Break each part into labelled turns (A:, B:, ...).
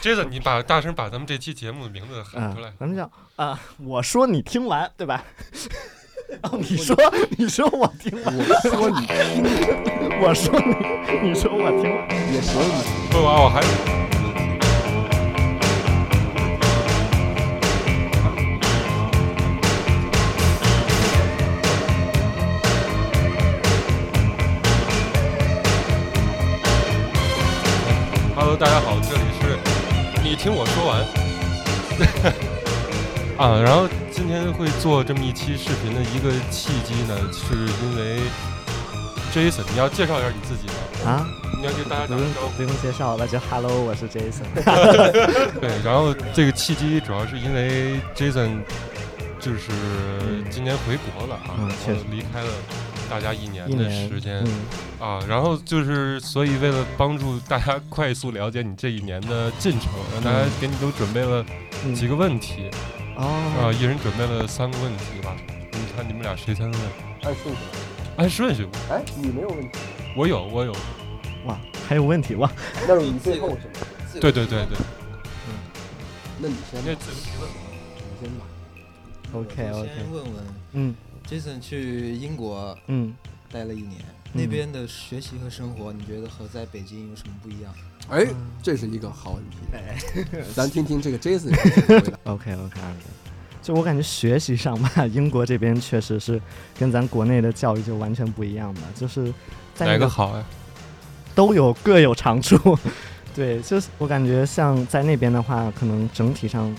A: Jason，你把大声把咱们这期节目的名字喊出来。
B: 咱们讲啊，我说你听完对 吧？哦，你说你说我听完，
C: 我说你，
B: 我说你，你说我听完，
C: 也说你，
A: 不，我还是Hello，大家好，这里是你听我说完。 啊，然后今天会做这么一期视频的一个契机呢，是因为 Jason，你要介绍一下你自己吗？
B: 啊，
A: 你要给大家
B: 不
A: 打个
B: 用
A: 招呼。
B: 不用介绍了，就 Hello，我是 Jason。
A: 对，然后这个契机主要是因为 Jason 就是今年回国了啊，
B: 嗯
A: 然
B: 确
A: 后
B: 实
A: 离开了大家一年
B: 一
A: 的
B: 年
A: 时间
B: 嗯
A: 啊，然后就是所以为了帮助大家 快速了解你这一年的进程，让大家给你都准备了
B: 嗯
A: 几个问题啊，
B: 哦，
A: 一人准备了三个问题吧。你看你们俩谁先问？
C: 按顺序。
A: 按顺序，
C: 哎，你没有问题，
A: 我有我有，
B: 哇，还有问题哇？
C: 那是你最后是吗？
A: 对对对对，
C: 那你先吧，
A: 那自由提问。
C: 你先吧。
B: OK
D: 我
B: OK，
D: 先问问
B: 嗯
D: Jason 去英国
B: 嗯，
D: 待了一年，那边的学习和生活，你觉得和在北京有什么不一样？
C: 哎，这是一个好问题，
B: 哎。
C: 咱听听这个 Jason 是 怎么回答
B: OK OK OK，就我感觉学习上吧，英国这边确实是跟咱国内的教育就完全不一样吧，就是在那
A: 哪个好呀？
B: 都有各有长处。对，就是我感觉像在那边的话，可能整体上，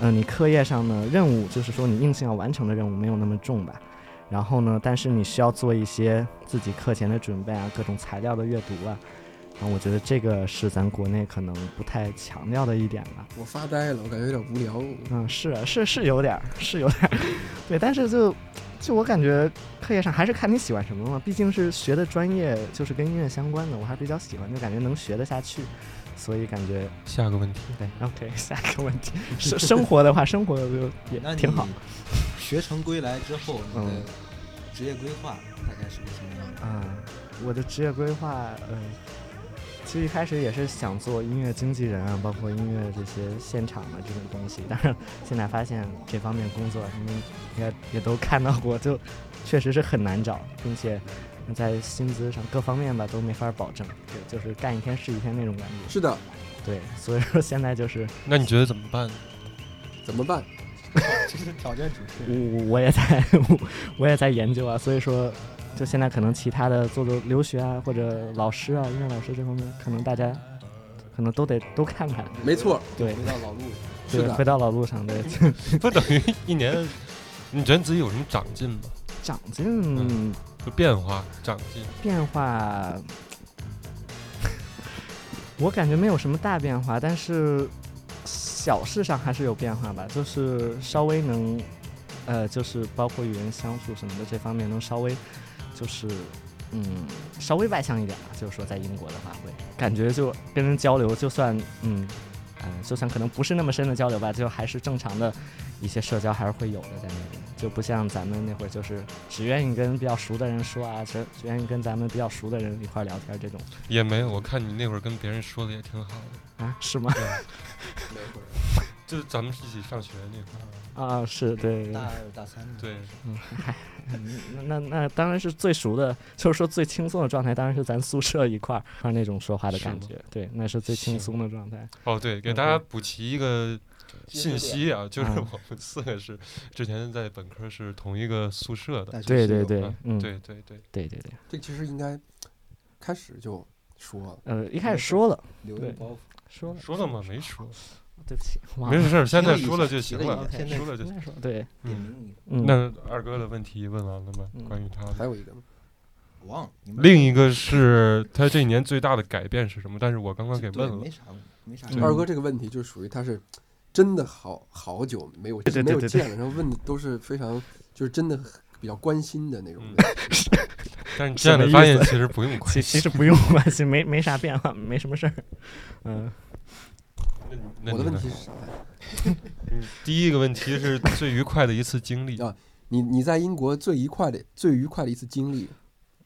B: 嗯、你课业上的任务，就是说你硬性要完成的任务没有那么重吧。然后呢，但是你需要做一些自己课前的准备啊，各种材料的阅读啊。然后我觉得这个是咱国内可能不太强调的一点吧。
C: 我发呆了，我感觉有点无聊。
B: 嗯，是啊是是有点儿是有点儿，对，但是就就我感觉课业上还是看你喜欢什么嘛，毕竟是学的专业就是跟音乐相关的，我还比较喜欢，就感觉能学得下去，所以感觉
A: 下个问题。
B: 对。OK，下 一个问 题，生生活的话，生活就
D: 那
B: 也
D: 你
B: 挺好。
D: 学成归来之后，你
B: 嗯
D: 的职业规划大概是个什么样的？
B: 啊、我的职业规划，嗯、其实一开始也是想做音乐经纪人啊，包括音乐这些现场的这种东西。当然，现在发现这方面工作，你们应该也都看到过，就确实是很难找，并且在薪资上各方面吧都没法保证，对，就是干一天是一天那种感觉。
C: 是的，
B: 对，所以说现在就是
A: 那你觉得怎么办？
C: 怎么办？
D: 这是挑战主持人。
B: 我我也在我也在研究啊，所以说就现在可能其他的做做留学啊，或者老师啊、音乐老师这方面，可能大家可能都得都看看。
C: 没错，
B: 对
D: 回到老路上，
C: 是
B: 对，
C: 的
B: 回到老路上，对，
A: 不等于一年？你觉得自己有什么长进吗？
B: 长进
A: 嗯就变化、长进。
B: 变化， 我感觉没有什么大变化，但是小事上还是有变化吧，就是稍微能，呃，就是包括与人相处什么的这方面能稍微，就是嗯，稍微外向一点吧。就是说在英国的话会感觉就跟人交流，就算嗯。嗯，就算可能不是那么深的交流吧，就还是正常的一些社交还是会有的，在那边就不像咱们那会儿就是只愿意跟比较熟的人说啊，只只愿意跟咱们比较熟的人一块儿聊天这种
A: 也没有，我看你那会儿跟别人说的也挺好的，
B: 啊，是吗？
A: 就是咱们一起上学那会儿。
B: 啊，是对，
D: 嗯大二大三的时候
A: 对，
B: 嗯，嗨，那那那当然是最熟的，就是说最轻松的状态，当然是咱宿舍一块儿一块儿那种说话的
A: 是
B: 感
A: 吗
B: 觉，对，那是最轻
A: 是
B: 松的状态。
A: 哦对，给
B: 嗯
A: 大家
B: 嗯
A: 补齐一个信息啊，就是
B: 嗯
A: 我们四个是之前在本科是同一个宿舍的。
D: 大学
B: 对
D: 室
B: 对
D: 友
B: 对
A: 嗯，
B: 嗯，
A: 对对对，
B: 对对对，
C: 这其实应该开始就说了。
B: 呃，一开始说了
D: 留的包袱，
B: 说了
A: 说了吗？没说，
B: 对不起，忘
A: 没
B: 了，
A: 事儿，现在
D: 提了一
A: 说了
D: 下
A: 就
D: 提
A: 行
D: 了一
A: 了，
D: 下现在
A: 说了就
B: 应
A: 行。
B: 该说对，
D: 点
A: 嗯，
D: 名你
B: 嗯，
A: 那二哥的问题问完了吗？
B: 嗯
A: 关于他的
C: 还哎有一个呢，
D: 忘了。你们
A: 另一个是他这一年最大的改变是什么？但是我刚刚给
D: 对
A: 问了
D: 没。啥问题，没啥
B: 嗯
D: 问
C: 二
D: 题。
C: 哥这个问题就属于他是真的好好久没有
B: 对对
C: 没有
B: 对对
C: 见了，然后问的都是非常就是真的比较关心的那种
A: 嗯
C: 问题。
A: 但是你
B: 什
A: 见
B: 么
A: 了
B: 意
A: 发现，
B: 思
A: 其实不用关
B: 其
A: 心。
B: 其实不用 关心，没没啥变化，没什么事儿，嗯。
A: 那
C: 我的
A: 你
C: 问
A: 呢
C: 题是啥呀？
A: 嗯第一个问题是最愉快的一次经历
B: 哦
C: 啊，你你在英国最愉快的最愉快的一次经历，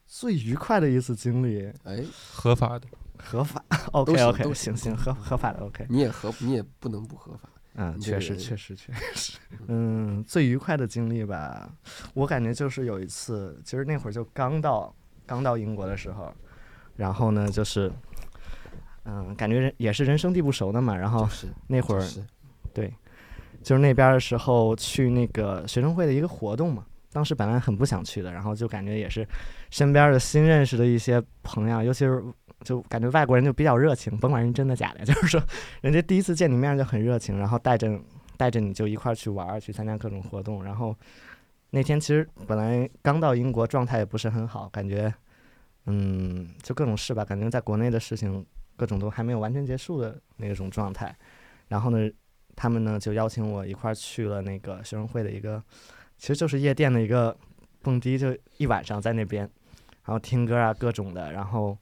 B: 最愉快的一次经历，
C: 哎，
A: 合法的。
B: 合法。
C: 都
B: OK
C: 行
B: OK，
C: 都
B: 行
C: 行
B: 行，合合法的 OK。
C: 你也合你也不能不合法。
B: 嗯，
C: 你这
B: 确
C: 个
B: 实，
C: 人
B: 确实，确 实。嗯，最愉快的经历吧，我感觉就是有一次，其实那会儿就刚到刚到英国的时候，然后呢，就是，嗯，感觉人也是人生地不熟的嘛，然后
C: 是
B: 那会
C: 就
B: 儿
C: 是
B: 对，就是那边儿的时候去那个学生会的一个活动嘛，当时本来很不想去的，然后就感觉也是身边儿的新认识的一些朋友，尤其是就感觉外国人就比较热情，甭管是真的假的， 就是说人家第一次见你面就很热情，然后带着带着你就一块儿去玩儿，去参加各种活动，然后那天其实本来刚到英国，状态也不是很好，感觉嗯，就各种事吧，感觉在国内的事情各种都还没有完全结束的那种状态。然后呢，他们呢就邀请我一块儿去了那个学生会的一个，其实就是夜店的一个蹦迪，就一晚上在那边，然后听歌啊各种的，然后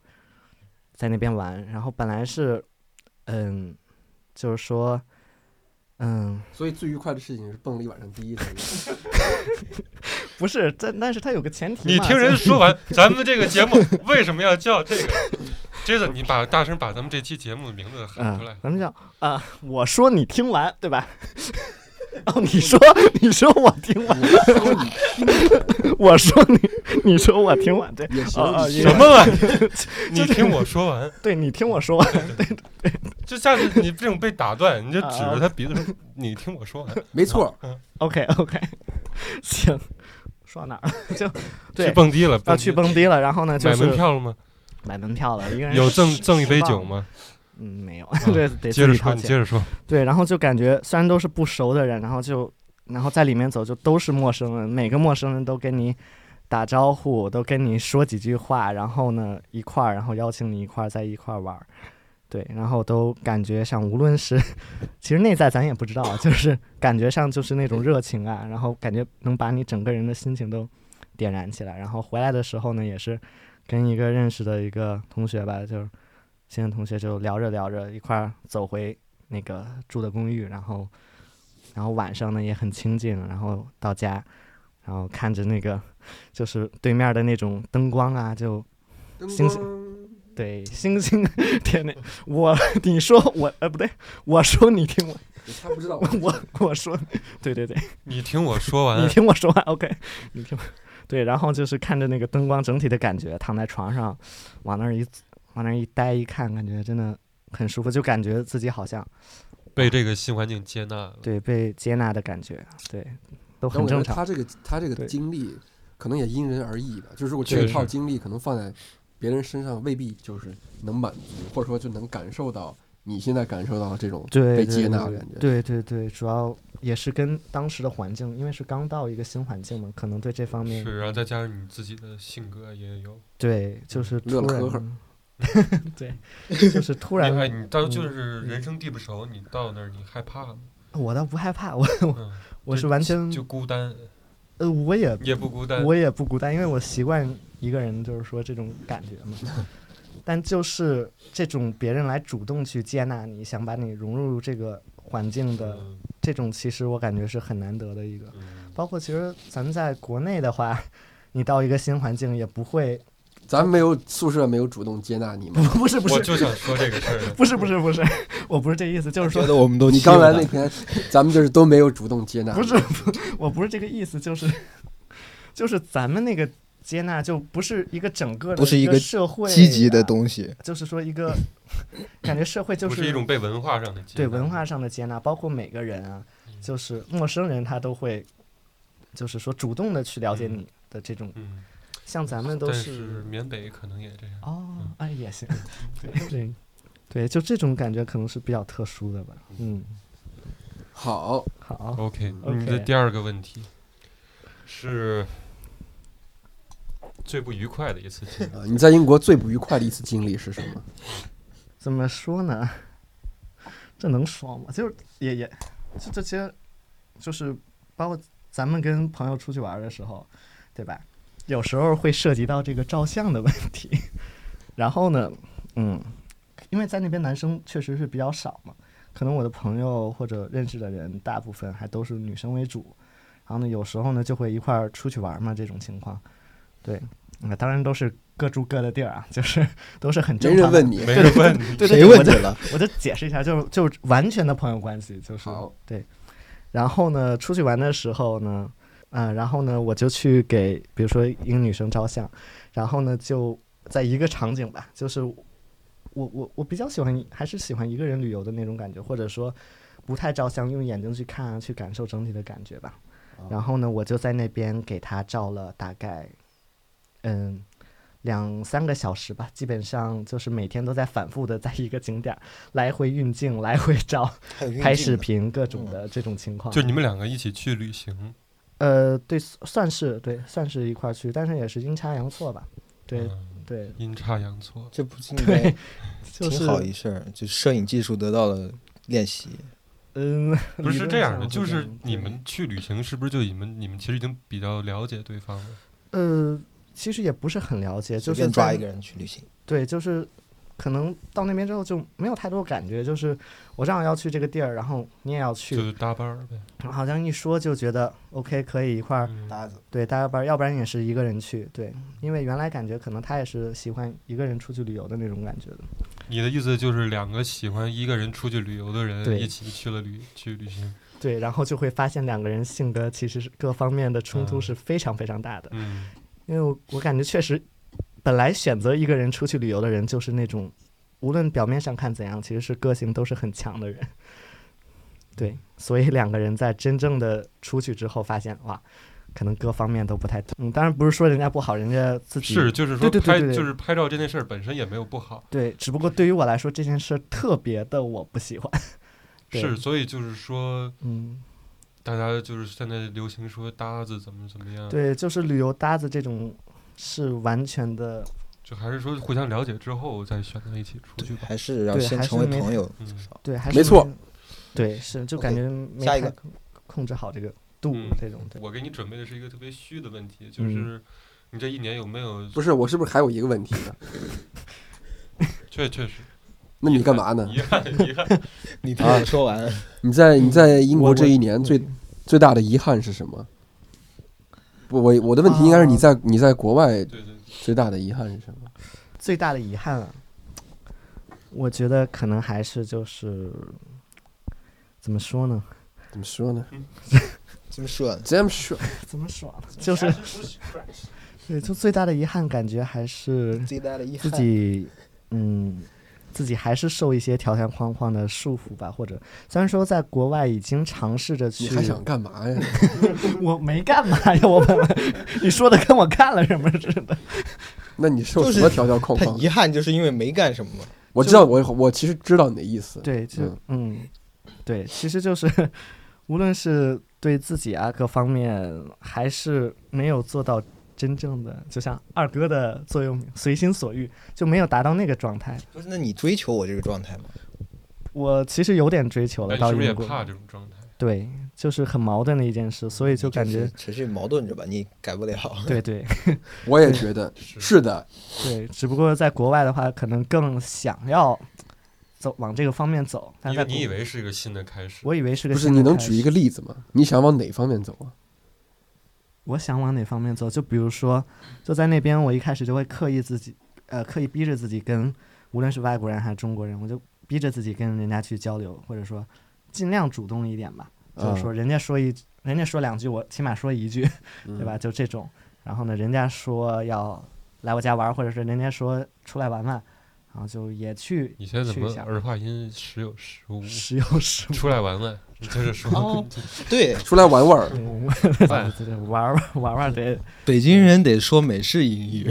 B: 在那边玩。然后本来是，嗯，就是说，嗯，
C: 所以最愉快的事情是蹦了一晚上第一的，
B: 不是，但但是它有个前提
A: 你
B: 嘛，
A: 听
B: 就
A: 人说完，咱们这个节 目为什么要叫这个？真的，你把大声把咱们这期节目的名字喊
B: 嗯
A: 出来，。
B: 咱们叫啊、我说你听完对吧？ 哦，你说 你说我听完，我说你你 说我听完，对
C: 也行
B: 啊啊
C: 你
B: 也
A: 什
C: 行
A: 么玩意儿？ 你听我说完，
B: 对，你听我说完，
A: 就下次你这种被打断，你就
B: 啊
A: 指着他鼻子说：“你听我说完。
C: 没错儿，
B: OK OK，行，说到哪儿了？就”
A: 去
B: 对，
A: 蹦迪了，
B: 要
A: 迪
B: 啊去蹦迪了，然后呢就
A: 买
B: 是
A: 门票了吗？
B: 买门票了，一个人
A: 有赠
B: 十
A: 赠一杯酒？
B: 十磅
A: 吗？啊
B: 嗯，没有， 对，得
A: 接
B: 自
A: 着
B: 己掏
A: 说，你
B: 钱
A: 接。着 说。
B: 对，然后就感觉虽然都是不熟的人，然后就然后在里面走就都是陌生人，每个陌生人都跟你打招呼，都跟你说几句话，然后呢一块儿，然后邀请你一块儿在一块儿玩儿，对，然后都感觉上无论是 其实内在咱也不知道，啊就是感觉上就是那种热情啊，然后感觉能把你整个人的心情都点燃起来，然后回来的时候呢也是跟一个认识的一个同学吧，就是新的同学就聊着聊着一块儿走回那个住的公寓，然后，然后晚上呢也很清静，然后到家，然后看着那个就是对面的那种灯光啊，就
C: 灯
B: 行
C: 光
B: 对星星 点那我你说我呃不对，我说你听我
C: 他不知道啊
B: 我我说对对对，
A: 你听我说
B: 你
A: 完，
B: 听我说完，OK，你听我，对，然后就是看着那个灯光整体的感觉，躺在床上，往那儿一往那儿一待一看，感觉真的很舒服，就感觉自己好像
A: 被这个新环境接纳了。
B: 对被接纳的感觉，对，都
C: 但
B: 很
C: 我觉
B: 正
C: 得
B: 常。
C: 他这个他这
B: 对
C: 个经历可能也因人而异吧，就是如果
A: 确
C: 这
A: 实
C: 套经历可能放在别人身上，未必就是能满足，或者说就能感受到你现在感受到这种
B: 对
C: 被
B: 对
C: 接
B: 对
C: 纳的
B: 对
C: 感觉。
B: 对对对，主要也是跟当时的环境，因为是刚到一个新环境嘛，可能对这方面
A: 是，然后啊再加上你自己的性格也有。
B: 对就是
C: 乐
B: 突
C: 了呵
B: 然， 对，就是突
A: 你
B: 然，
A: 看，你到
B: 嗯
A: 就是人生地不熟，你到那儿你害怕了，
B: 我倒不害怕，我
A: 嗯，
B: 我
A: 就是
B: 完全
A: 就孤单，
B: 呃，我也
A: 也不孤单。
B: 我也不孤单，因为我习惯一个人，就是说这种感觉嘛。 但就是这种别人来主动去接纳你，想把你融入这个环境的
A: 嗯
B: 这种，其实我感觉是很难得的一个。
A: 嗯
B: 包括其实咱们在国内的话， 你到一个新环境也不 会，
C: 咱没有宿舍没有主动接纳你吗？
B: 不是不
A: 我
B: 是
A: 就想说这个事儿。
B: 不是不是不是，我不是这意思，就是
D: 觉
B: 说
D: 得我们 都
C: 你
D: 欺负
C: 刚来
D: 他
C: 那天，咱们就是都没有主动接纳你，
B: 不是，我不是这个意思，就是就是咱们那个接纳就不是一个整个的
D: 不是一
B: 一
D: 个
B: 社会
D: 积极的
B: 西，
D: 东西，
B: 就是说一个感觉社会 就
A: 不是一种被文化上的接
B: 对
A: 纳嗯
B: 文化上的接纳，包括每个人啊，就是陌生人他都会，就是说主动的去了解你的这种，
A: 嗯，
B: 像咱们都
A: 但
B: 是
A: 是缅北可能也这样。
B: 哦，哎也行， 对 对，就这种感觉可能是比较特殊的吧。嗯，
C: 好，
B: 好，
A: OK，
B: 哦 OK
A: 你的第二个问题是最不愉快的一次经历。
C: 啊，你在英国最不愉快的一次经历是什么？
B: 怎么说呢？ 这能说吗？就是也也，就这些，就是包括咱们跟朋友出去玩的时候，对吧？有时候会涉及到这个照相的问题。然后呢，嗯，因为在那边男生确实是比较少嘛，可能我的朋友或者认识的人大部分还都是女生为主。嗯然后呢，有时候呢就会一块儿出去玩嘛，这种情况，对，那、当然都是各住各的地儿啊，就是 都是很
C: 没
B: 正常
C: 人
B: 的。
C: 问 你。
A: 没人问你，
B: 对对
D: 谁
B: 对，我
D: 问
B: 就
D: 你了？
B: 我就解释一下，就是就是完全的朋友关系，就是
C: 好
B: 对。然后呢，出去玩的时候呢，嗯、然后呢，我就去给比如说一个女生照相，然后呢，就在一个场景吧，就是我我我比较喜欢，还是喜欢一个人旅游的那种感觉，或者说不太照相，用眼睛去看啊，去感受整体的感觉吧。
D: 哦
B: 然后呢，我就在那边给她照了大概，嗯。两三个小时吧，基本上就是每天都在反复的在一个景点儿来回运镜、来回照、
D: 还有运
B: 拍
D: 镜
B: 视
D: 呢，
B: 频各种的这种情况。
A: 就你们两个一起去旅行，
B: 呃，对，算是对，算是一块儿去，但是也是阴差阳错吧。对
A: 嗯
B: 对，
A: 阴差阳错。
D: 这不是应该
B: 就
D: 挺
B: 是
D: 好一事儿？就摄影技术得到了练习，
B: 嗯，
A: 不
B: 理
A: 是
B: 论
A: 这样的，
B: 上
A: 就
B: 这
A: 是
B: 样
A: 你
B: 对
A: 们去旅行，是不是就你们你们其实已经比较了解对方了？
B: 呃，其实也不是很了解，就
D: 随
B: 是
D: 便抓
B: 在
D: 一个人去旅行。
B: 对，就是可能到那边之后就没有太多感觉，就是我正好要去这个地儿，然后你也要
A: 就
B: 去，
A: 是搭伴儿呗。
B: 好像一说就觉得 OK 可以一块儿
A: 嗯
D: 搭子，
B: 对，大家班，要不然也是一个人去，对，因为原来感觉可能他也是喜欢一个人出去旅游的那种感觉的，
A: 你的意思就是两个喜欢一个人出去旅游的人
B: 对
A: 一起去了旅去旅行？
B: 对，然后就会发现两个人性格其实是各方面的冲突
A: 嗯
B: 是非常非常大的，
A: 嗯，
B: 因为我我感觉确实，本来选择一个人出去旅游的人就是那种，无论表面上看怎样，其实是个性都是很强的人， 对，所以两个人在真正的出去之后发现，哇，可能各方面都不太，嗯，当然不是说人家不好，人家自己
A: 是，就是说
B: 对对对
A: 拍
B: 对对
A: 就是拍照这件事儿本身也没有不好，
B: 对，只不过对于我来说这件事儿特别的我不喜
A: 嗯
B: 欢。对
A: 是，，所以就是说
B: 嗯，
A: 大家就是现在流行说搭子怎么怎么样，
B: 对，就是旅游搭子这种是完全的，
A: 就还是说互相了解之后再选择一起出去吧。
D: 还是要
B: 对
D: 先
B: 还
D: 成
B: 是
D: 为
B: 没
D: 朋友。
A: 嗯，
B: 对，还是
C: 没错
B: 没，对，是就
D: OK，
B: 感觉没
D: 下
B: 太
D: 一个
B: 控控制好这个度
A: 嗯
B: 这种，对，
A: 我给你准备的是一个特别虚的问题，就
B: 嗯
A: 是你这一年有没有？
C: 不是，我是不是还有一个问题呢？
A: 确确实，
C: 那你干嘛
B: 嗯
C: 呢？
A: 遗憾遗憾，
D: 你听我啊说完，
C: 你在你在英
B: 我
C: 国
B: 我
C: 这一年最
B: 嗯
C: 最大的遗憾是什么？不，我我的问题应该是你
B: 啊
C: 在你在国外
A: 对对，
C: 最大的遗憾是什么？
B: 最大的遗憾啊，我觉得可能还是就是怎么说呢？
C: 怎么说呢
D: 这么说呢，
C: ？Damn sure，
B: 怎么说呢？就是 对，就最大的遗憾感觉还是
D: 最大的遗
B: 自
D: 憾，
B: 己，嗯，自己还是受一些条条框框的束缚吧，或者虽然说在国外已经尝试着
C: 你
B: 去，
C: 还想干嘛呀？
B: 我没干嘛 呀，我本来你说的跟我干了什么似的，
C: 那你受
D: 就
C: 什
D: 是
C: 么条条框
D: 他
C: 框？
D: 遗憾就是因为没干什么嘛。
C: 我知道，我我其实知道你的意思。
B: 对，就嗯，对，其实就是无论是对自己啊各方面，还是没有做到。真正的就像二哥的座右铭“随心所欲”，就没有达到那个状态。
D: 不是，那你追求我这个状态吗？
B: 我其实有点追求
A: 哎，
B: 了，
A: 你
B: 到
A: 是不是也
B: 英国
A: 怕这种状态？
B: 对，就是很矛盾的一件事，所以就感觉
D: 是持续矛盾着吧，你改不了。
B: 对对
C: 我也觉得
A: 是
C: 是的，
B: 对，只不过在国外的话，可能更想要走往这个方面走，但
A: 因
B: 在
A: 为
B: 国
A: 你以为是一个新的开始，
B: 我以为是个
C: 不是？
B: 新
C: 你
B: 的
C: 能
B: 开
C: 举一
B: 始
C: 个例子吗？你想往哪方面走啊？
B: 我想往哪方面走？就比如说，就在那边，我一开始就会刻意自己，呃，刻意逼着自己跟，无论是外国人还是中国人，我就逼着自己跟人家去交流，或者说尽量主动一点吧。
C: 嗯
B: 就是
C: 啊
B: 说，人家说一，人家说两句，我起码说一句，对吧？就这种。然后呢，人家说要来我家玩儿，或者是人家说出来玩玩，然后就也去
A: 你现在怎
B: 去
A: 么
B: 一下
A: 儿化音时有时无？
B: 时有时
A: 出来玩玩，你接着说。
D: 哦 对，
C: 出来玩玩儿，
B: 无，
A: 饭
B: 对对，玩儿玩玩玩得
D: 北京人得说美式英语，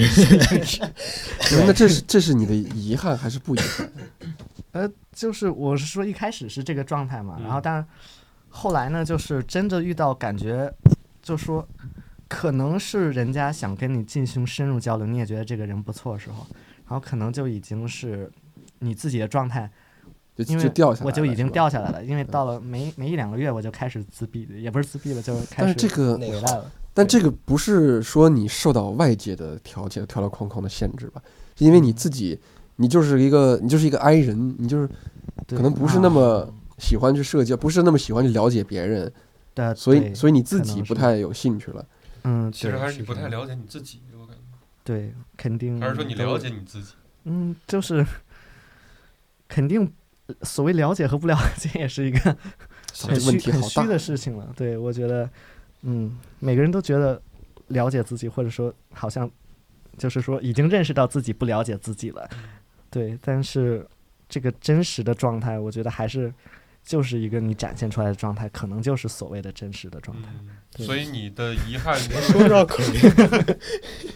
C: 那这是这是你的遗憾还是不遗憾？
B: 就是我是说一开始是这个状态嘛，
A: 嗯
B: 然后当然后来呢，就是真的遇到感觉，就说可能是人家想跟你进行深入交流，你也觉得这个人不错的时候，然后可能就已经是你自己的状态，
C: 就
B: 因为
C: 就掉下来，
B: 我就已经。掉下来了，因为到了没没一两个月我就开始自闭，也不是自闭了，就是开
C: 但
B: 始
C: 是这个，
D: 那
B: 回
D: 个
B: 来了。
C: 但这个不是说你受到外界的条件、条条框框的限制吧？是因为你
B: 嗯
C: 自己，你就是一个，你就是一个 I 人，你就是
B: 对
C: 可能不是那
B: 啊
C: 么喜欢去社交，不是那么喜欢去了解别人，
B: 对，
C: 所以
B: 对
C: 所以你自
B: 可
C: 己
B: 能
C: 不
B: 是
C: 太有兴趣了。
B: 嗯，
A: 其实
B: 对
A: 还是你不
B: 这
A: 太
B: 样
A: 了解你自己，我感觉。
B: 对，肯定
A: 还是说你
B: 都
A: 了解你自己？
B: 嗯，就是肯定呃所谓了解和不了解也是一个
C: 操
B: 很
C: 这问
B: 虚
C: 题
B: 很
C: 好
B: 虚
C: 大。
B: 的事情了。对，我觉得，嗯，每个人都觉得了解自己，或者说好像就是说已经认识到自己不了解自己了。
C: 嗯
B: 对，但是这个真实的状态，我觉得还是就是一个你展现出来的状态，可能就是所谓的真实的状态。
A: 嗯，
B: 对
A: 所以你的遗 憾就是，
D: 说绕口令，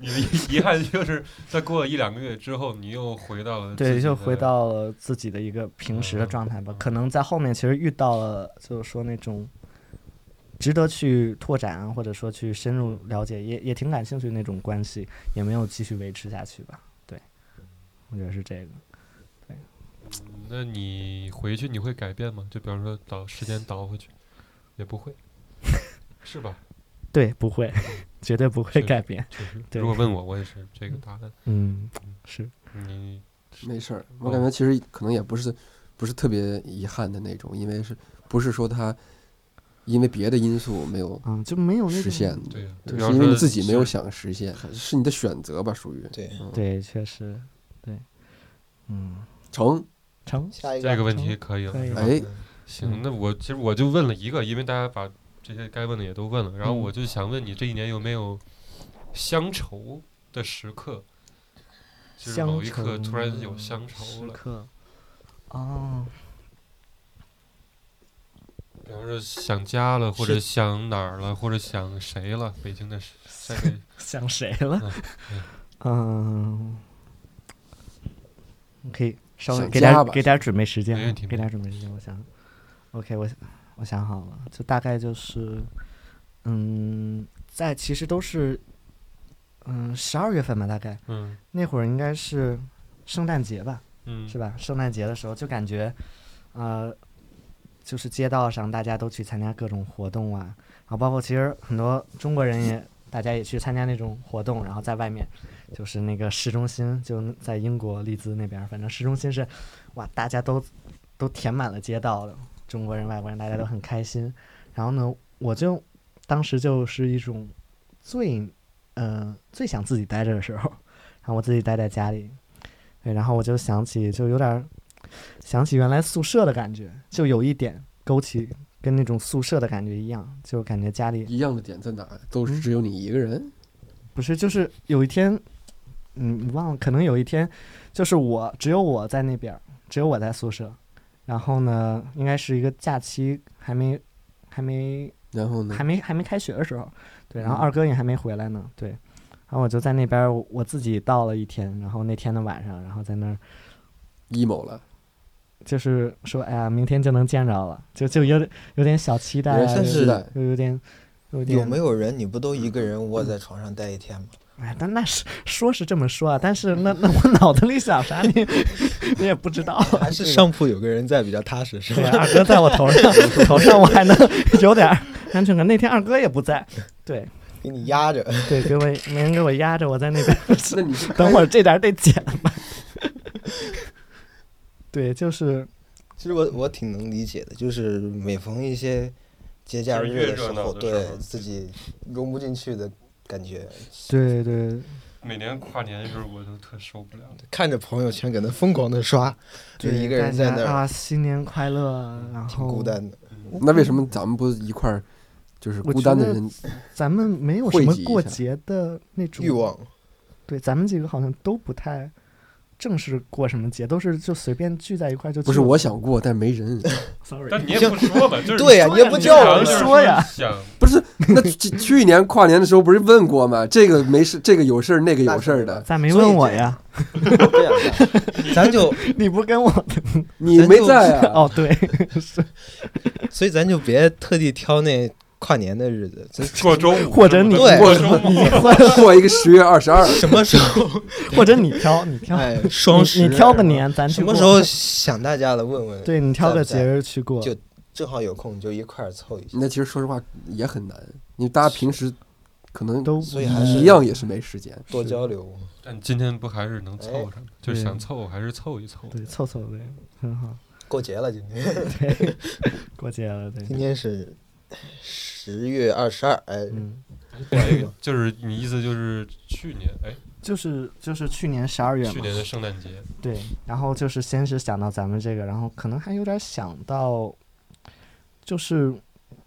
A: 你的遗遗憾就是在过了一两个月之后，你又回到了自
B: 对，
A: 己
B: 就
A: 的
B: 回到了自己的一个平时的状态吧
A: 嗯。
B: 可能在后面其实遇到了，就是说那种值得去拓展啊，或者说去深入了解，也也挺感兴趣的那种关系，也没有继续维持下去吧。对，我觉得是这个。
A: 嗯那你回去你会改变吗？就比方说倒时间倒回去，也不 会，是吧？
B: 对，不会， 绝对不
A: 是
B: 会改变。
A: 确实，
B: 对
A: 如果问我，我也是这个答案。
B: 嗯，是，
A: 你
C: 没事儿，我感
B: 嗯
C: 觉其实可能也不是不是特别遗憾的那种，因为是不是说他因为别的因素没有
B: 嗯，就没有那
C: 实
B: 种
C: 现，
A: 对呀，
C: 对
A: 比
C: 是
A: 方
C: 因为你
A: 说
C: 自己没有
A: 是
C: 想实现，是你的选择吧，属于
D: 对，
C: 嗯
B: 对，确实，对，嗯，
C: 成。
B: 成，
D: 下一
A: 这个问
B: 成
A: 题可以了，
B: 可以
A: 是吧
C: 哎，
A: 行，那我其实我就问了一个，因为大家把这些该问的也都问了，然后
B: 嗯
A: 我就想问你，这一年有没有乡愁的时刻？就是
B: 乡
A: 某一刻
B: 愁
A: 突然有乡愁
B: 时
A: 了，
B: 刻。哦，
A: 比方说想家了，或者
B: 是
A: 想哪儿了，或者想谁了，北京的谁在 北
B: 想谁了？嗯，可以稍微
C: 想
B: 给点
C: 家
B: 儿
C: 吧
B: 给点儿准备时间
A: 没
B: 啊，
A: 问题
B: 给点儿准备时间，我想想。OK，我我想好了，就大概就是，嗯，在其实都是，嗯，十二月份吧，大概
A: 嗯
B: 那会儿应该是圣诞节吧，
A: 嗯，
B: 是吧？圣诞节的时候就感觉，呃，就是街道上大家都去参加各种活动啊，然后包括其实很多中国人也大家也去参加那种活动，然后在外面就是那个市中心，就在英国利兹那边儿，反正市中心是哇，大家都都填满了街道了，中国人、外国人大家都很开心。然后呢，我就当时就是一种最呃最想自己待着的时候，然后我自己待在家里，对，然后我就想起，就有点儿想起原来宿舍的感觉，就有一点勾起跟那种宿舍的感觉一样，就感觉家里
C: 一样的点在哪？都是
B: 嗯
C: 只有你一个人，
B: 不是，就是有一天，嗯，忘了，可能有一天，就是我只有我在那边儿，只有我在宿舍，然后呢，应该是一个假期还没还没
C: 然
D: 嗯
C: 后呢
B: 还？没还没开学的时候，对，然后
C: 嗯
B: 二哥也还没回来呢，对，然后我就在那边儿我我自己到了一天，然后那天的晚上，然后在那儿
C: emo 了，
B: 就是说，哎呀，明天就能见着了，就就有点有点小期待
C: 有点
B: 啊，
C: 小
B: 就
D: 期
B: 是
C: 待
B: 又有点有点
D: 有没有人你不都一个人窝在床上待一 天吗？
B: 哎，但那是说是这么说啊，但是那那我脑子里想啥你你也不知道。
D: 还是啊上铺有个人在比较踏实，是
B: 对，
D: 吧？
B: 二哥在我头上， 头上我还能有点儿安全感。那天二哥也不在，对
D: 给你压着，
B: 对，给我没人给我压着，我在那 边。
C: 那 你是
B: 等会儿这点儿得剪吧。对，就是
D: 其实我我挺能理解的，就是每逢一些节假
A: 就是越
D: 日的时
A: 热闹
D: 候，
A: 的时
D: 对
A: 候
D: 自己融不进去的感觉，
B: 对对
A: 每年跨年的时候我都特受不了。
D: 看着朋友圈搁那疯狂的刷，就一个人在那儿，
B: 啊，新年快乐，然
D: 挺
B: 后
D: 孤单的。
A: 嗯
C: 那为什么咱们不一块儿，就是
B: 我
C: 孤
B: 觉
C: 单的
B: 得
C: 人
B: 咱们没有什么
C: 汇集一
B: 过
C: 下
B: 节的那种
D: 欲。 望，
B: 对，咱们几个好像都不太正式过什么节，都是就随便聚在一块儿就。
C: 不是我想过，但没人，
B: ，sorry，
A: 但你也不说嘛，就是
D: 对呀、你也不
A: 你
D: 叫
A: 好像
D: 我
A: 就是
D: 们，
B: 说呀
A: 想
C: 不是？那去去年跨年的时候不是问过吗？这个没事，这个有事儿，那个有事 儿的，
B: 咋没
D: 所以
B: 问我
D: 这
B: 呀？
D: 这样的，咱就
B: 你不跟我
D: 啊
C: 你没在啊？
B: 哦，对，
D: 所以咱就别特地挑那跨年的日子，咱
A: 过周五
B: 或者 你
D: 对
A: 过周末，
C: 过一个十月二十二，
D: 什么时候？
B: 或者你挑，你 挑，
D: 哎，
B: 你
D: 双十
B: 你挑个
D: 是吧
B: 年，咱去
D: 什么
B: 过
D: 时候？想大家了问 问，
B: 对你挑
D: 在
B: 个
D: 不在
B: 节日去过，
D: 就正好有空就一块儿凑一下。
C: 那其实说实话也很难，你大家平时可能
B: 都
D: 嗯
B: 嗯
D: 所以还是
C: 一样也是没时间。
D: 多交流，
A: 但今天不还是能凑上吗？就是
B: 对
A: 想凑还是凑一 凑。
B: 对凑凑对，很好，
D: 过节了今天，
B: 对，过节了对，
D: 今天是十月二十二，哎，
B: 嗯，
A: 哪一个？就是你意思就是去年哎，
B: 就是就是去年十二月
A: 去
B: 嘛，
A: 年的圣诞节，
B: 对，然后就是先是想到咱们这个，然后可能还有点想到，就是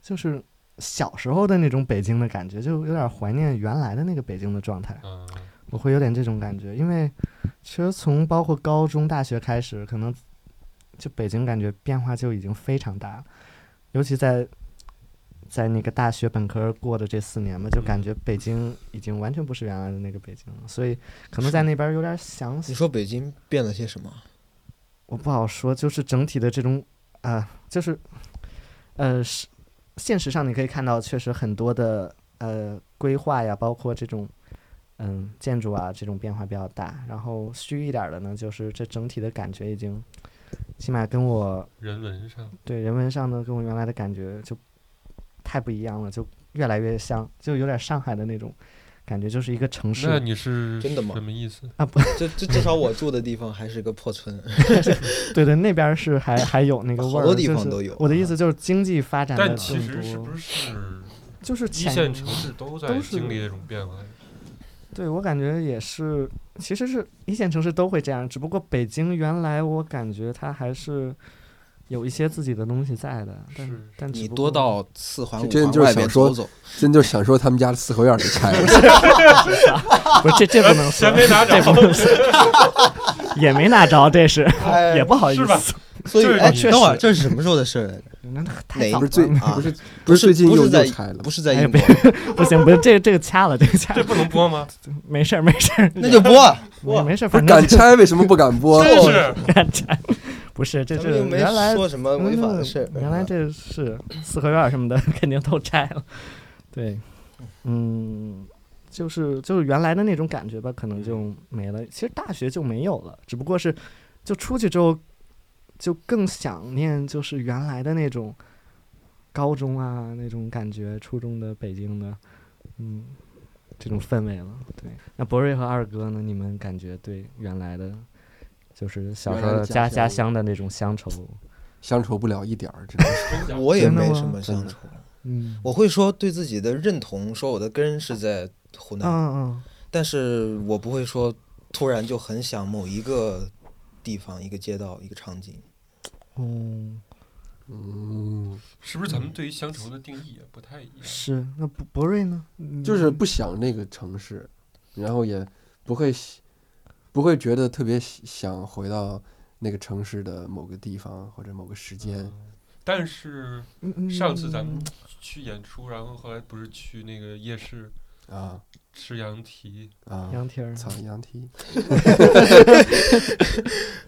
B: 就是小时候的那种北京的感觉，就有点怀念原来的那个北京的状态。
A: 嗯，
B: 我会有点这种感觉，因为其实从包括高中、大学开始，可能就北京感觉变化就已经非常大，尤其在在那个大学本科过的这四年吧，就感觉北京已经完全不是原来的那个北京了，所以可能在那边有点想
D: 你说北京变了些什么？
B: 我不好说，就是整体的这种啊、就是呃，是现实上你可以看到，确实很多的呃规划呀，包括这种嗯、建筑啊这种变化比较大。然后虚一点儿的呢，就是这整体的感觉已经，起码跟我
A: 人文上，
B: 对人文上呢，跟我原来的感觉就太不一样了，就越来越像，就有点上海的那种感觉，就是一个城市。
A: 那你是
D: 真的吗
A: 什么意思？
D: 这这至少我住的地方还是个破村，
B: 对对，那边儿是还还有那个味儿，
D: 好多地
B: 就
D: 方
B: 是
D: 都有
B: 我的意
D: 啊
B: 思就是经济发展的
A: 但
B: 更
A: 其实是
B: 多
A: 不是
B: 就是
A: 一
B: 潜
A: 线城市都在
B: 都是
A: 经历这种变化？
B: 对我感觉也是，其实是一线城市都会这样，只不过北京原来我感觉它还是有一些自己的东西在的，但
A: 是
B: 但只
D: 你
B: 不
D: 多
B: 过
D: 到四环
C: 这真
D: 五环
C: 就是
D: 外
C: 想
D: 面
C: 说
D: 走走。
C: 真就想说他们家的四合院儿给拆了。
B: 不是这这不能 说
A: 钱，没拿着
B: 这，不能 说，也没拿着，这是哎也不好意
A: 呃是吧
B: 思，
D: 哎所以
A: 就是
D: 哎，
A: 你
D: 等会儿这是什么时候的事儿来着？
B: 那
D: 哪
B: 太
D: 一
B: 早
C: 不
B: 了
C: 是最
D: 啊
C: 不是不是最近
D: 不
C: 又
D: 是在
C: 又拆了，
D: 不是在
B: 哎
D: 英国，
B: 不行，不是这个这个掐了，这个掐
A: 这
B: 了，
A: 不能播吗？
B: 没事儿没事儿，
D: 那就播啊。
B: 没没事儿，
C: 不是
B: 反正
C: 敢拆为什么不敢播？
A: 真是
B: 敢拆， 不是这
D: 咱
B: 这
D: 们又没
B: 原来
D: 说什么违法的事儿。
B: 嗯原来这是四合院儿什么的， 肯定都拆了。对，嗯，就是就是原来的那种感觉吧，可能就没了。其实大学就没有了，只不过是就出去之后，就更想念就是原来的那种高中啊那种感觉，初中的北京的，嗯，这种氛围了。对，那博瑞和二哥呢？你们感觉对原来的？就是小时
C: 原来
B: 候
C: 的
B: 家
C: 家
B: 家
C: 乡
B: 乡的那种乡愁，
C: 乡愁不了一点儿，真的是。
A: 真假？
D: 我也
B: 真的
D: 没
B: 吗
D: 什么乡愁，
B: 嗯，
D: 我会说对自己的认同，说我的根是在湖
B: 嗯
D: 南，
B: 嗯嗯，
D: 但是我不会说突然就很想某一个地方、一个街道、一个场景。
B: 嗯，
C: 嗯，
A: 是不是咱们对于乡愁的定义也不太一样？
B: 是。那博博瑞呢？嗯
C: 就是不想那个城市，然后也不会喜不会觉得特别喜想回到那个城市的某个地方或者某个时间。
A: 嗯但是
B: 嗯嗯
A: 上次咱们去演出，然后后来不是去那个夜市
D: 嗯
C: 啊
A: 吃羊蹄，
C: 啊！
B: 羊蹄儿
C: 操羊蹄，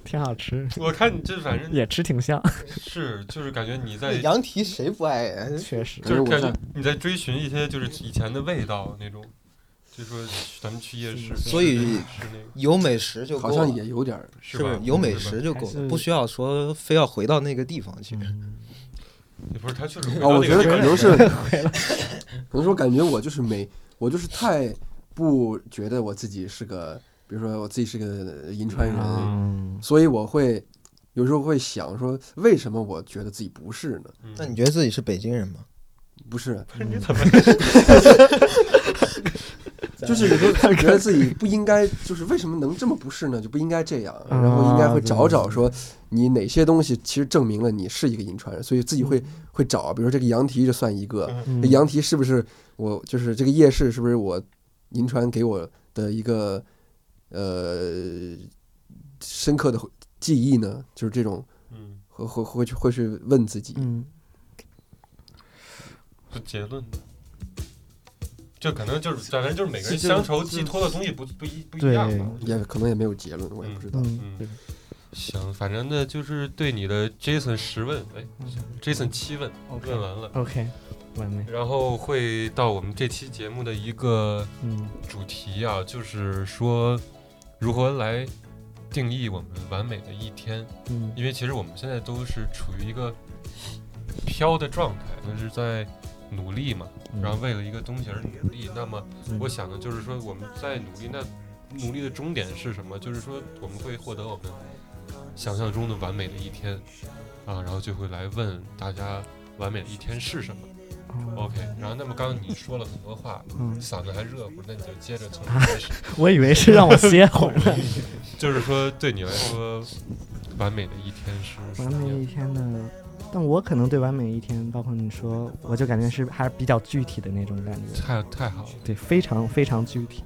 B: 挺好吃，
A: 我看你这反正
B: 也吃挺像，
A: 是就是感觉你在
D: 羊蹄谁不爱呀？
B: 确实。
A: 就是
C: 可
A: 感
C: 是
A: 觉
C: 我在
A: 你在追寻一些就是以前的味道那种，就说咱们去夜市，
D: 所以
A: 吃那个
D: 有美食就
C: 好
D: 够
C: 像
D: 了，
C: 也有点儿
A: 是
D: 不
A: 吧
D: 是？有美
A: 是吧
D: 食就够
B: 还
D: 了，
B: 是
D: 不需要说非要回到那个地方去。
A: 嗯也不是，他确实回
C: 啊，
A: 到
C: 我
A: 那
C: 觉
A: 个地
C: 得可
A: 方
C: 能 是可能是我感觉我就是没我就是太不觉得我自己是个，比如说我自己是个银川人，
B: 嗯，
C: 所以我会有时候会想说，为什么我觉得自己不是呢？
A: 嗯
D: 那你觉得自己是北京人吗？
C: 不是，
A: 不是你怎么
C: 就是有时 候就觉得自己不应该，就是为什么能这么不是呢？就不应该这样，
B: 啊
C: 然后应该会找找说你哪些东西其实证明了你是一个银川人，所以自己
B: 嗯
C: 会会找，比如说这个羊蹄就算一个，这羊蹄是不是我就是这个夜市是不是我银川给我的一个呃深刻的记忆呢？就是这种
A: 嗯
C: 会会会去会去问自己，
B: 嗯，
A: 不结论呢？这可能就是，反正就是每个人乡愁寄托的东西不不一不一样吧。我觉得
C: 也可能也没有结论，我也不知道。
B: 嗯
A: 嗯，行，反正呢就是对你的 Jason 十问，哎，Jason 七问
B: ，OK
A: 问完了，
B: OK，完美。
A: 然后会到我们这期节目的一个
B: 嗯
A: 主题啊，就是说如何来定义我们完美的一天。
B: 嗯
A: 因为其实我们现在都是处于一个飘的状态，那是在努力嘛，
B: 嗯
A: 然后为了一个东西而努力。那么
B: 嗯
A: 我想的就是说，我们在努力，那努力的终点是什么？就是说我们会获得我们想象中的完美的一天啊，然后就会来问大家完美的一天是什么。 OK，然后那么刚刚你说了很多话，
B: 哦嗯
A: 嗓子还热乎，那你就接着从头开始。
B: 我以为是让我歇会儿呢。
A: 就是说，对你来说，完美的一天是什
B: 完
A: 么
B: 美
A: 样
B: 一
A: 子？
B: 天的，但我可能对完美一天，包括你说，我就感觉是还是比较具体的那种感觉，
A: 太太好了，
B: 对，非常非常具体。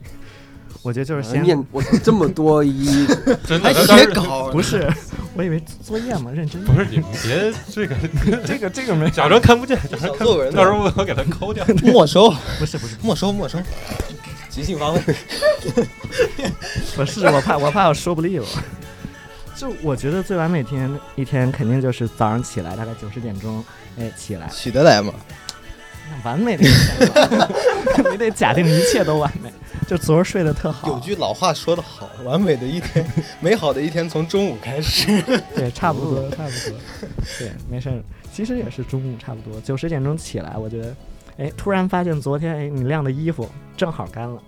B: 我觉得就是先、
C: 念我这么多一，
A: 真的那
D: 还。
A: 当
D: 写
A: 然
D: 稿
B: 不是，我以为作业嘛，认真
A: 不是你们别这个
B: 这个这个没
A: 假装看不见，假
D: 小
A: 装看
D: 作文呢
A: 到时候我给它抠掉。
D: 没收，
B: 不是不是
D: 没收，没收，即兴 方位。
B: 不是，我怕我怕我说不利落。就我觉得最完美天一天肯定就是早上起来大概九十点钟，哎起来，
D: 起得来吗？
B: 完美的一天 嘛，你得假定一切都完美，就昨儿睡得特好，
D: 有句老话说得好，完美的一天， 美好的一天从中午开始。
B: 对，差不
C: 哦
B: 多，差不多。对，没事儿。其实也是中午差不多，九十点钟起来，我觉得，哎，突然发现昨天哎你晾的衣服正好干了，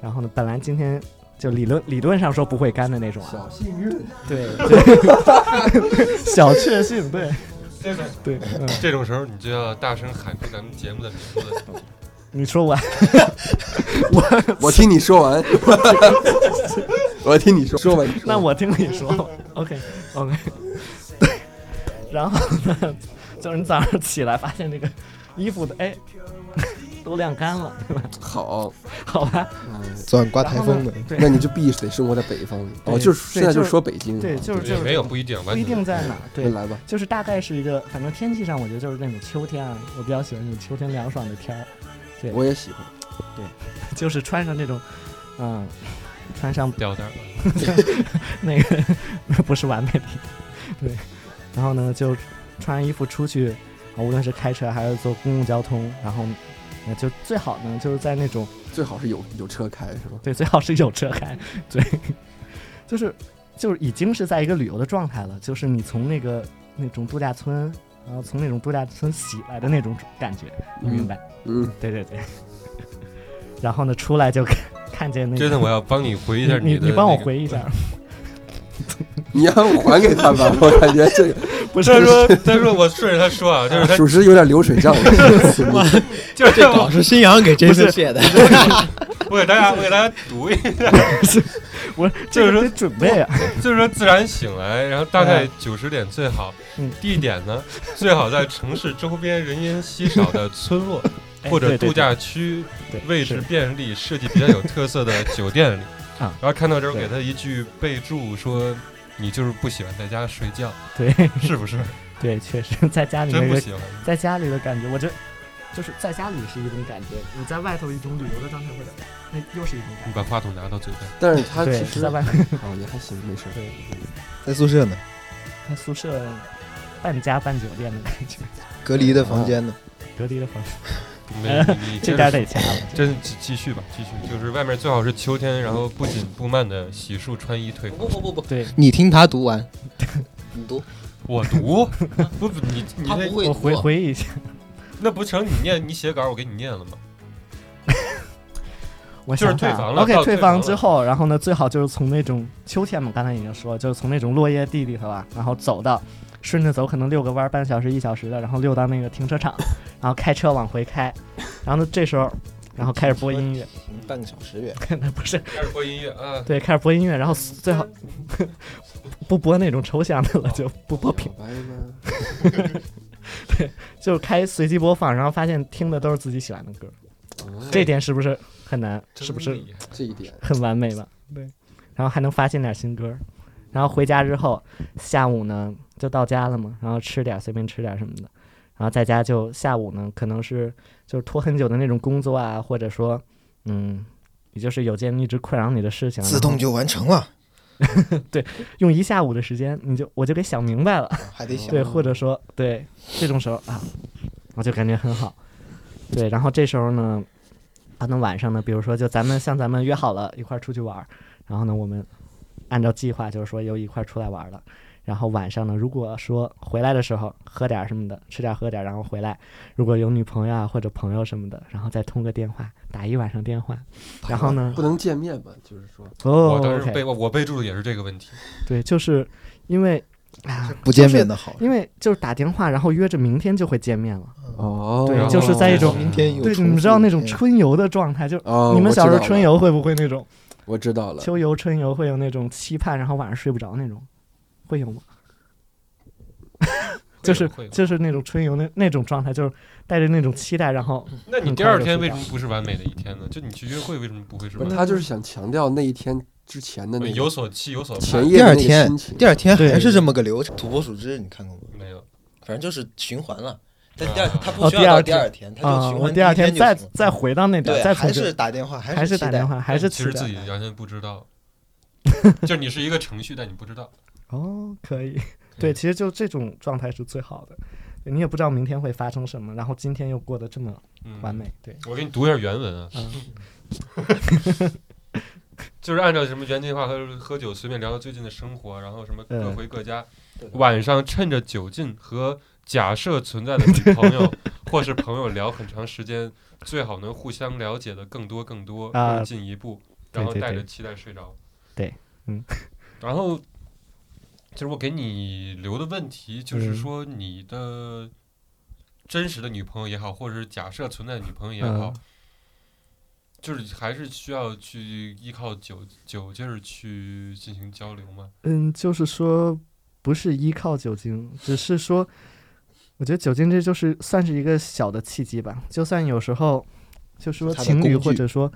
B: 然后呢，本来今天就理 论理论上说不会干的那种啊，
C: 幸运，
B: 对，对 小确幸，对
A: 这个
B: 对，嗯，
A: 这种时候你就要大声喊出咱们节目的名字。
B: 你说我
C: 我听你说完，我听你说说完，
B: 那我听你 说，OK OK，对，然后呢， 就是你早上起来发现这个衣服的哎 都晾干了，
C: 好，
B: 好吧，
D: 昨晚刮
B: 然后 呢，对
C: 那你就必须得生活在北方哦，
B: 对
C: 就是现在
B: 对就
C: 就是说北京，
B: 对，
C: 啊
B: 就是就
A: 也
B: 是
A: 没有不一定，完
B: 不一
A: 全
B: 定在哪儿，
C: 那
B: 对，
C: 来吧，
B: 就是大概是一个，反正天气上我觉得就是那种秋天啊，我比较喜欢那种秋天凉爽的天儿， 对
C: 我也喜欢，
B: 就是穿上这种，嗯，穿上
A: 吊带儿。
B: 那个 不是完美的，对，然后呢就穿衣服出去，啊无论是开车还是坐公共交通，然后呃就最好呢就是在那种
C: 最好是有有车开是吧？
B: 对，最好是有车开，对，就是就是已经是在一个旅游的状态了，就是你从那个那种度假村，然后从那种度假村洗来的那种感觉，你明白？
C: 嗯，
B: 对对对。然后呢，出来就看看见那个，
A: 真的，我要帮你回忆一下
B: 嗯你你
A: 的。
B: 帮我回忆一下。，
C: 你让我还给他吧， 我感觉这个
B: 不
A: 再说再说，我顺着他说 啊，就是他
C: 属实有点流水账了，
A: 就是这
D: 稿是新阳给 Jason 写的，
A: 我给大家，我给大家读一下，
B: 我
A: 就是
B: 这
A: 说
B: 个得准备啊，
A: 就是说自然醒来，然后大概九十点最好
B: 嗯，
A: 地点呢最好在城市周边人烟稀少的村落
B: 哎
A: 或者
B: 对对
A: 度假区，
B: 对对
A: 位
B: 是
A: 置便利、设计比较有特色 的酒店里。
B: 啊
A: 然后看到这儿，我
B: 对
A: 给他一句备注说。你就是不喜欢在家睡 觉，
B: 对
A: 是不是？
B: 对，确实在家里
A: 真
B: 那
A: 不
B: 个
A: 喜欢。
B: 在家里的感觉，我觉得就是在家里是一种感觉，你在外头一种旅游的状态，或者那又是一种
A: 你
B: 感觉。
A: 把话筒拿到嘴边，
C: 但是他
B: 对
C: 其，
B: 是
C: 实
B: 在外头。
C: 哦也还行，没事，
B: 对，
D: 在宿舍呢，
B: 他宿舍半家半酒店的感觉，
D: 隔离的房间呢。
B: 隔离的房间，
A: 没你你
B: 这
A: 接
B: 点
A: 着
B: 儿得掐了。
A: 真继继续吧，继续。就是外面最好是秋天，然后不紧不慢的洗漱、穿衣、退
D: 不不不不，
B: 对，
D: 你听他读完， 你读，
A: 我 读，不不，你你
D: 他
A: 那
D: 不会
B: 我
D: 读
B: 回
D: 啊。
B: 回忆一下，
A: 那不成？你念你写稿，我给你念了吗？
B: 我
A: 就是
B: 想
A: 退
B: 想啊
A: 房了到
B: OK，
A: 退
B: 退
A: 房
B: 房之
A: 了
B: 后，然后呢，最好就是从那种秋天嘛，刚才已经说了，就是从那种落叶地里头啊，然后走到顺着走，可能遛个弯儿，半小时一小时的，然后溜到那个停车场，然后开车往回开，然后呢，这时候。然后开始播音乐，
D: 半个小时远，
B: 可能不是
A: 开始播音乐啊，
B: 对，开始播音乐，然后最好不播那种抽象的了，就不播平
C: 小，白吗？
B: 就是开随机播放，然后发现听的都是自己喜欢的歌，
C: 哦
B: 这点是不是很难？
A: 真
B: 是不是
A: 厉害
C: 这一点
B: 很完美吧？对，然后还能发现点新歌儿，然后回家之后，下午呢就到家了嘛，然后吃点儿随便吃点儿什么的，然后在家就下午呢可能是就是拖很久的那种工作啊，或者说嗯，也就是有件一直困扰你的事情，啊
D: 自动就完成了，
B: 用一下午的时间，你就我就给想明白了，
D: 还得想。
B: 对，或者说对这种时候啊，我就感觉很好，对，然后这时候呢，啊，那晚上呢，比如说就咱们像咱们约好了一块儿出去玩儿，然后呢，我们按照计划就是说又一块儿出来玩儿了，然后晚上呢，如果说回来的时候喝点儿什么的，吃点儿喝点儿，然后回来如果有女朋友啊或者朋友什么的，然后再通个电话，打一晚上电话，然后呢
C: 不，能见面吧？就是说，
B: 哦
A: 我当时
B: ，OK，
A: 备我我备注的也是这个问题，
B: 对，就是因为。啊，
D: 不见面的好，
B: 因为就是打电话，然后约着明天就会见面了，
C: 哦，
B: 对
A: 然后
B: 就是在一种
D: 明天有
B: 对，
D: 重
B: 你们知道
D: 复
B: 那种
D: 嗯
B: 春游的状态，就
C: 哦，
B: 你们
C: 我
B: 小时
C: 知
B: 候
C: 道
B: 春
C: 了，
B: 游会不会那种
C: 我知道了，
B: 秋游、春游会有那种期盼，然后晚上睡不着那种，会有吗？就是
A: 会有
B: 就是那种春游那那种状态，就是带着那种期待，然后
A: 那你第二天为什么不是完美的一天呢？就你去约会为什么不会是
C: 不
A: 完美
C: 是
A: 的？
C: 他就是想强调那一天之前的那
A: 有
C: 个
A: 所期有所盼
C: 前夜
D: 第
C: 的
D: 二
C: 那个
D: 天
C: 心情
D: 第。二天还
B: 对
D: 是这么个流程。土拨鼠之日你看过吗？
A: 没有，
D: 反正就是循环了。但
A: 啊
D: 第二他不
B: 哦
D: 需要到第
B: 第二
D: 二天，他就
B: 啊、
D: 循
B: 我
D: 环
B: 第二天
D: 天就
B: 再
D: 行了
B: 再回到那点儿，
D: 对，
B: 再
D: 还
B: 重
D: 是
B: 置，
D: 打电话，
B: 还是
D: 是期
B: 打
D: 待
B: 电话，还是
A: 其
B: 期
A: 实自
B: 待
A: 己完全不知 道，就是你是一个程序，但你不知道。
B: 哦，可以，对，其实就这种状态是最好的。对你也不知道明天会发生什么，然后今天又过得这么
A: 嗯，
B: 完美，对，
A: 我给你读一下原文啊，
B: 嗯，
A: 就是按照什么原计划和喝酒随便聊聊最近的生活，然后什么各
B: 嗯
A: 回各家，
D: 对的
A: 晚上趁着酒劲和假设存在的女朋 友或是朋友聊很长时间，最好能互相了解的更多更多
B: 啊
A: 更进一步，然后
B: 对对
A: 带
B: 对
A: 着期待睡着。
B: 对，嗯，
A: 然后就是我给你留的问题，就是
B: 嗯
A: 说你的真实的女朋友也好，或者是假设存在的女朋友也
B: 嗯
A: 好，就是还是需要去依靠酒酒劲儿去进行交流吗？
B: 嗯，就是说不是依靠酒精，只是说，我觉得酒精这就是算是一个小的契机吧。就算有时候，就是说
D: 它的
B: 情侣
D: 工具
B: 或者说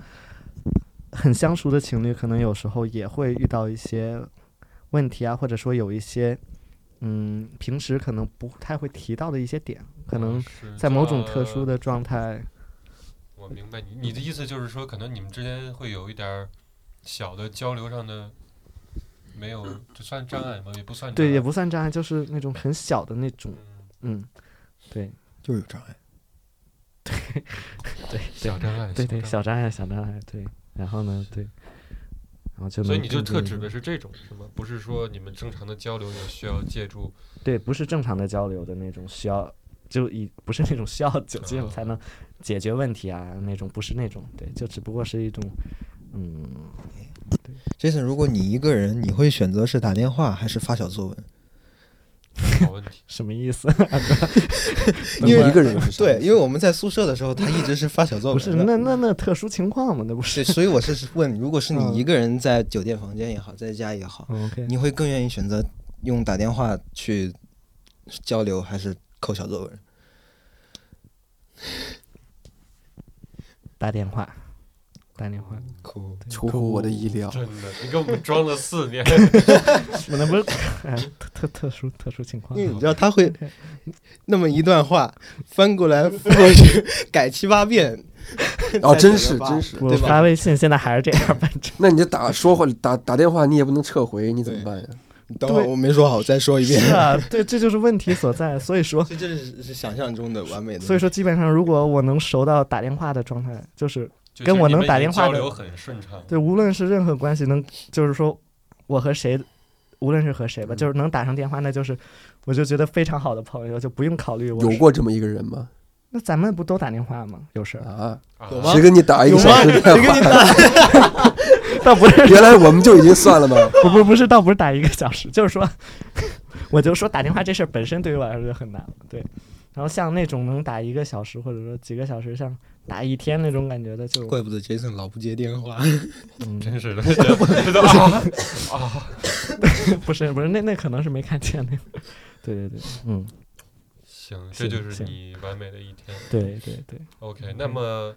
B: 很相熟的情侣，可能有时候也会遇到一些问题啊，或者说有一些嗯平时可能不太会提到的一些点，可能
A: 是
B: 在某种
A: 叫
B: 特殊的状态，
A: 我明白你你的意思就是说，可能你们之间会有一点儿小的交流上的没有，这算障碍吗？也不算障
B: 对，
A: 碍
B: 也不算障碍，就是那种很小的那种，
A: 嗯
B: 嗯，对
D: 就是有障碍。
B: 对对
A: 小障碍，
B: 对
A: 障
B: 对，
A: 碍
B: 小障碍，小障碍，对。然后呢，对，然后就
A: 所以
B: 能
A: 你就
B: 更进
A: 特
B: 一
A: 指
B: 步
A: 的是这种是吗？不是说你们正常的交流也需要借 助
B: 对，不是正常的交流的那种，需要就以不是那种需要 酒精才能解决问题啊，那种不是那种，对，就只不过是一种，嗯，。
D: Jason，如果你一个人，你会选择是打电话还是发小作文？
A: 好问题
B: 什么意思？
D: 因为
C: 一个人又是啥
D: 对，因为我们在宿舍的时候，他一直是发小作文
B: 不
D: 的。
B: 是，那那那特殊情况嘛，那不是
D: 对，所以我 是问，如果是
B: 嗯
D: 你一个人在酒店房间也好，在家也好，
B: 嗯？OK，
D: 你会更愿意选择用打电话去交流，还是扣小作文？
B: 打电话，打电话，
D: 扣
C: 出乎我的意料。
A: 真的，你给我们装了四年，
B: 我那不是，哎，特特特殊特殊情况啊
D: 因。为你知道他会 那么一段话翻 过来覆过去改七八遍，
C: 哦，
D: 才
C: 真
D: 觉
C: 是
D: 得吧
C: 真是。
B: 我
D: 对吧
B: 发微信现在还是这样，反正
C: 那你就打说话打打电话，你也不能撤回，你怎么
D: 对
C: 办呀？
D: 等会儿
B: 对
D: 我没说好，再说一遍。
B: 是 啊，对，这就是问题所在。所以说，
D: 这真是是想象中的完美的。
B: 所以说基本上，如果我能熟到打电话的状态，就是
A: 就
B: 跟
A: 是
B: 我
A: 你
B: 能
A: 们
B: 打
A: 已经
B: 电
A: 交
B: 话的
A: 流很顺畅。
B: 对，无论是任何关系能，就是说我和谁，无论是和谁吧，
C: 嗯
B: 就是能打上电话，那就是我就觉得非常好的朋友，就不用考虑我
C: 有
B: 是。
C: 过这么一个人吗？
B: 那咱们不都打电话吗？有事儿，
C: 啊，
A: 啊
D: 有吗
C: 谁跟你打一个
D: 有
C: 小
D: 吗？
C: 时
D: 谁
C: 电
D: 跟
C: 话？
D: 你打？
B: 倒不是，
C: 原来我们就已经算了 吗？
B: 不不不是，倒不是打一个小时，就是说，我就说打电话这事儿本身对于我来说就很难了，对。然后像那种能打一个小时，或者说几个小时，像打一天那种感觉的就，
D: 怪不得 Jason 老不接电话。
B: 嗯，
A: 真 是的，这都啊啊！
B: 不是不是，那那可能是没看见那个，对对对，嗯，
A: 行，这
B: 行
A: 就是
B: 行
A: 你完美的一天。
B: 对嗯对对，
A: OK，那么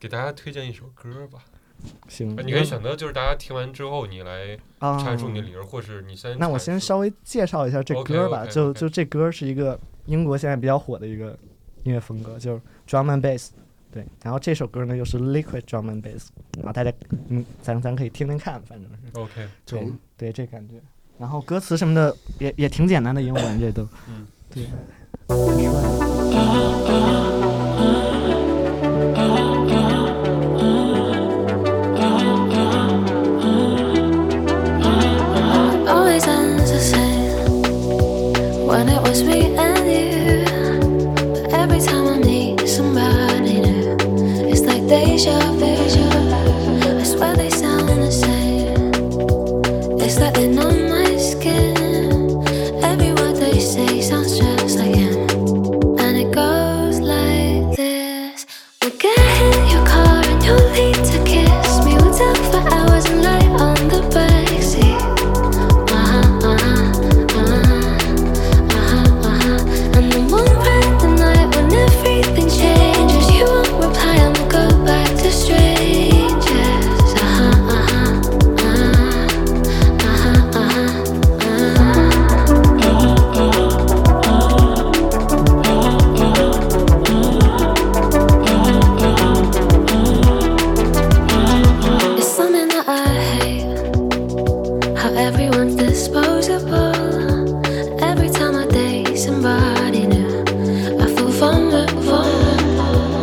A: 给大家推荐一首歌吧，啊
B: 行，
A: 你可以选择就是大家听完之后你来
B: 嗯啊，
A: 阐述你的理由，或是你先阐述。
B: 那我先稍微介绍一下这歌吧
A: OK，OK，OK
B: 就就这歌是一个英国现在比较火的一个音乐风格，就是 drum and bass。对，然后这首歌呢又是 liquid drum and bass，然后大家嗯，咱咱可以听听看，反正是
A: OK，
C: 中
B: 对对这感觉。然后歌词什么的也也挺简单的英文，这都
A: 嗯，
B: 对，挺帅的。
E: always ends the same when it was me and you. But every time I need somebody new, it's like deja vu. I swear they sound the same. It's like they know my skin. Every word they say sounds just like him.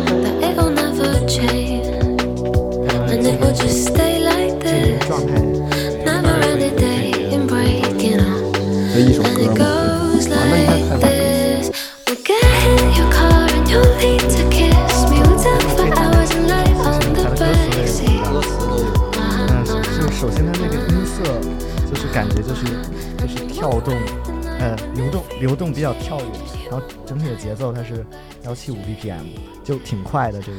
E: 嗯
F: 跳动，呃，流动流动比较跳跃，然后整体的节奏它是呃幺七五 BPM，就挺快的这个。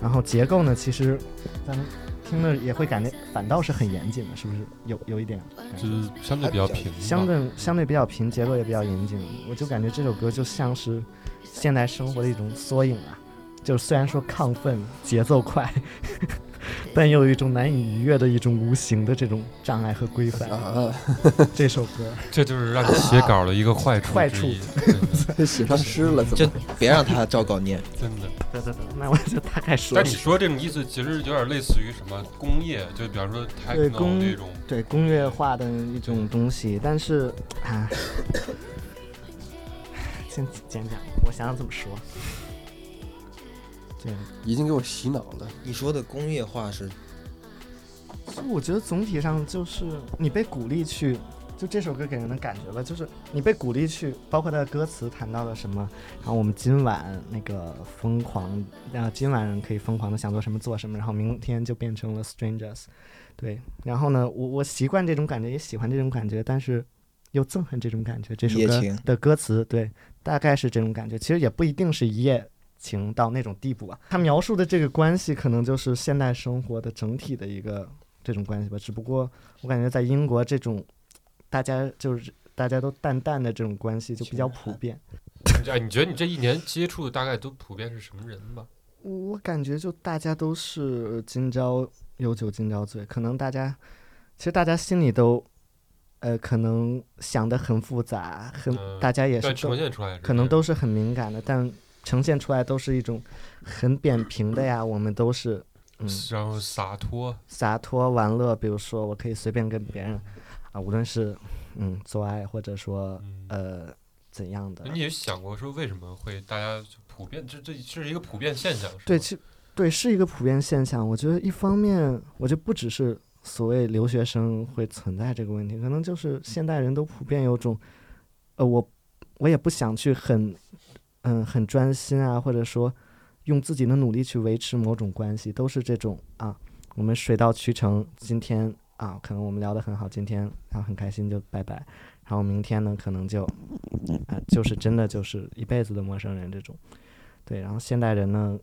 F: 然后结构呢，其实咱们听了也会感觉反倒是很严谨的，是不是？有有一点感觉
A: 就是相对比较平吧，
B: 相对相对比较平，结构也比较严谨，我就感觉这首歌就像是现代生活的一种缩影啊。就是虽然说亢奋、节奏快， 但又有一种难以逾越的一种无形的这种障碍和规范。
C: 啊，
B: 这首歌，
A: 这就是让你写稿的一个坏处
B: 啊坏
A: 之一，
C: 写上诗了，怎
D: 就
C: 么？
D: 别让他照稿念。
A: 真的。
B: 对对对，那我就大概说
A: 但
B: 一
A: 你
B: 下。
A: 说这种意思，其实有点类似于什么工业，就比方说 techno
B: 工
A: 这种，
B: 对工业化的一种东西，但是啊，先讲讲，我想想怎么说。对，
C: 已经给我洗脑了。
D: 你说的工业化是
B: 就我觉得总体上就是你被鼓励去，就这首歌给人的感觉吧，就是你被鼓励去，包括它的歌词谈到了什么，然后我们今晚那个疯狂，然后今晚可以疯狂的想做什么做什么，然后明天就变成了 strangers，对，然后呢，我我习惯这种感觉，也喜欢这种感觉，但是又憎恨这种感觉。这首
D: 一夜
B: 歌
D: 情
B: 的歌词对，大概是这种感觉，其实也不一定是一夜。情到那种地步啊，他描述的这个关系可能就是现代生活的整体的一个这种关系吧。只不过我感觉在英国这种大家就是大家都淡淡的这种关系就比较普遍。
A: 哎，你觉得你这一年接触的大概都普遍是什么人吧？
B: 我感觉就大家都是今朝有酒今朝醉，可能大家其实大家心里都呃可能想的很复杂，很
A: 嗯
B: 大家也是
A: 但
B: 都
A: 呈现出来是
B: 可能都是很敏感的，但呈现出来都是一种很扁平的呀。我们都是嗯
A: 这样，然后洒脱，
B: 洒脱玩乐，比如说我可以随便跟别人啊，无论是嗯做爱或者说
A: 嗯，
B: 呃怎样的，
A: 你有想过说为什么会大家就普遍，这这是一个普遍现象，是
B: 对，
A: 吗
B: 其对是一个普遍现象。我觉得一方面，我觉得不只是所谓留学生会存在这个问题，可能就是现代人都普遍有种，呃，我我也不想去很，嗯、很专心啊，或者说用自己的努力去维持某种关系，都是这种啊，我们水到渠成，今天啊，可能我们聊得很好，今天然后很开心就拜拜，然后明天呢，可能就啊、就是真的就是一辈子的陌生人这种。对，然后现代人呢，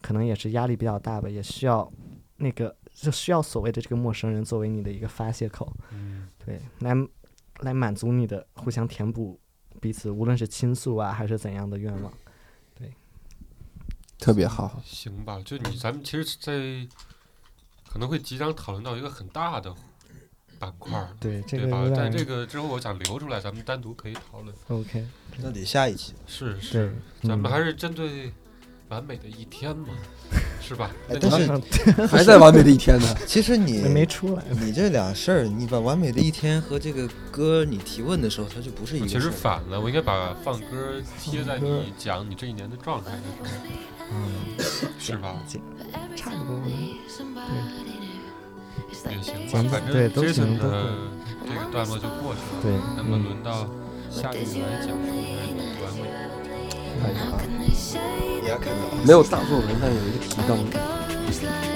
B: 可能也是压力比较大吧，也需要那个就需要所谓的这个陌生人作为你的一个发泄口，
A: 嗯，
B: 对，来来满足你的互相填补彼此，无论是倾诉啊还是怎样的愿望。
C: 特别好，
A: 行吧，就你咱们其实，在可能会即将讨论到一个很大的板块儿，
B: 对，这
A: 对
B: 个
A: 吧
B: 有？
A: 但
B: 点
A: 这个之后，我想留出来，咱们单独可以讨论。
B: OK，
D: 那得下一期。
A: 是是，
B: 对，
A: 咱们
B: 嗯
A: 还是针对完美的一天嘛，是吧？
D: 哎
A: 那
D: 但
A: 你
D: 是
C: 还在完美的一天呢。
D: 其实你
B: 嗯没没出来。
D: 你这俩事儿，你把完美的一天和这个歌你提问的时候，它就不是一
A: 我
D: 个
A: 其
D: 事
A: 实
D: 儿。
A: 反了，我应该把放歌贴在你讲你这一年的状态的时候，
B: 嗯，
A: 是吧？
B: 差不多
A: 也行
B: 行
A: 吧，
B: 吧
A: 反正
B: 对都
A: Jason
B: 行都
A: 的这个段落就过去了。
B: 对，
A: 那么
B: 嗯，
A: 轮到下一个来讲述一下你的完美。
C: 哎呀
D: 你要看到
C: 没有大作文，但有一个提纲。
E: Goes like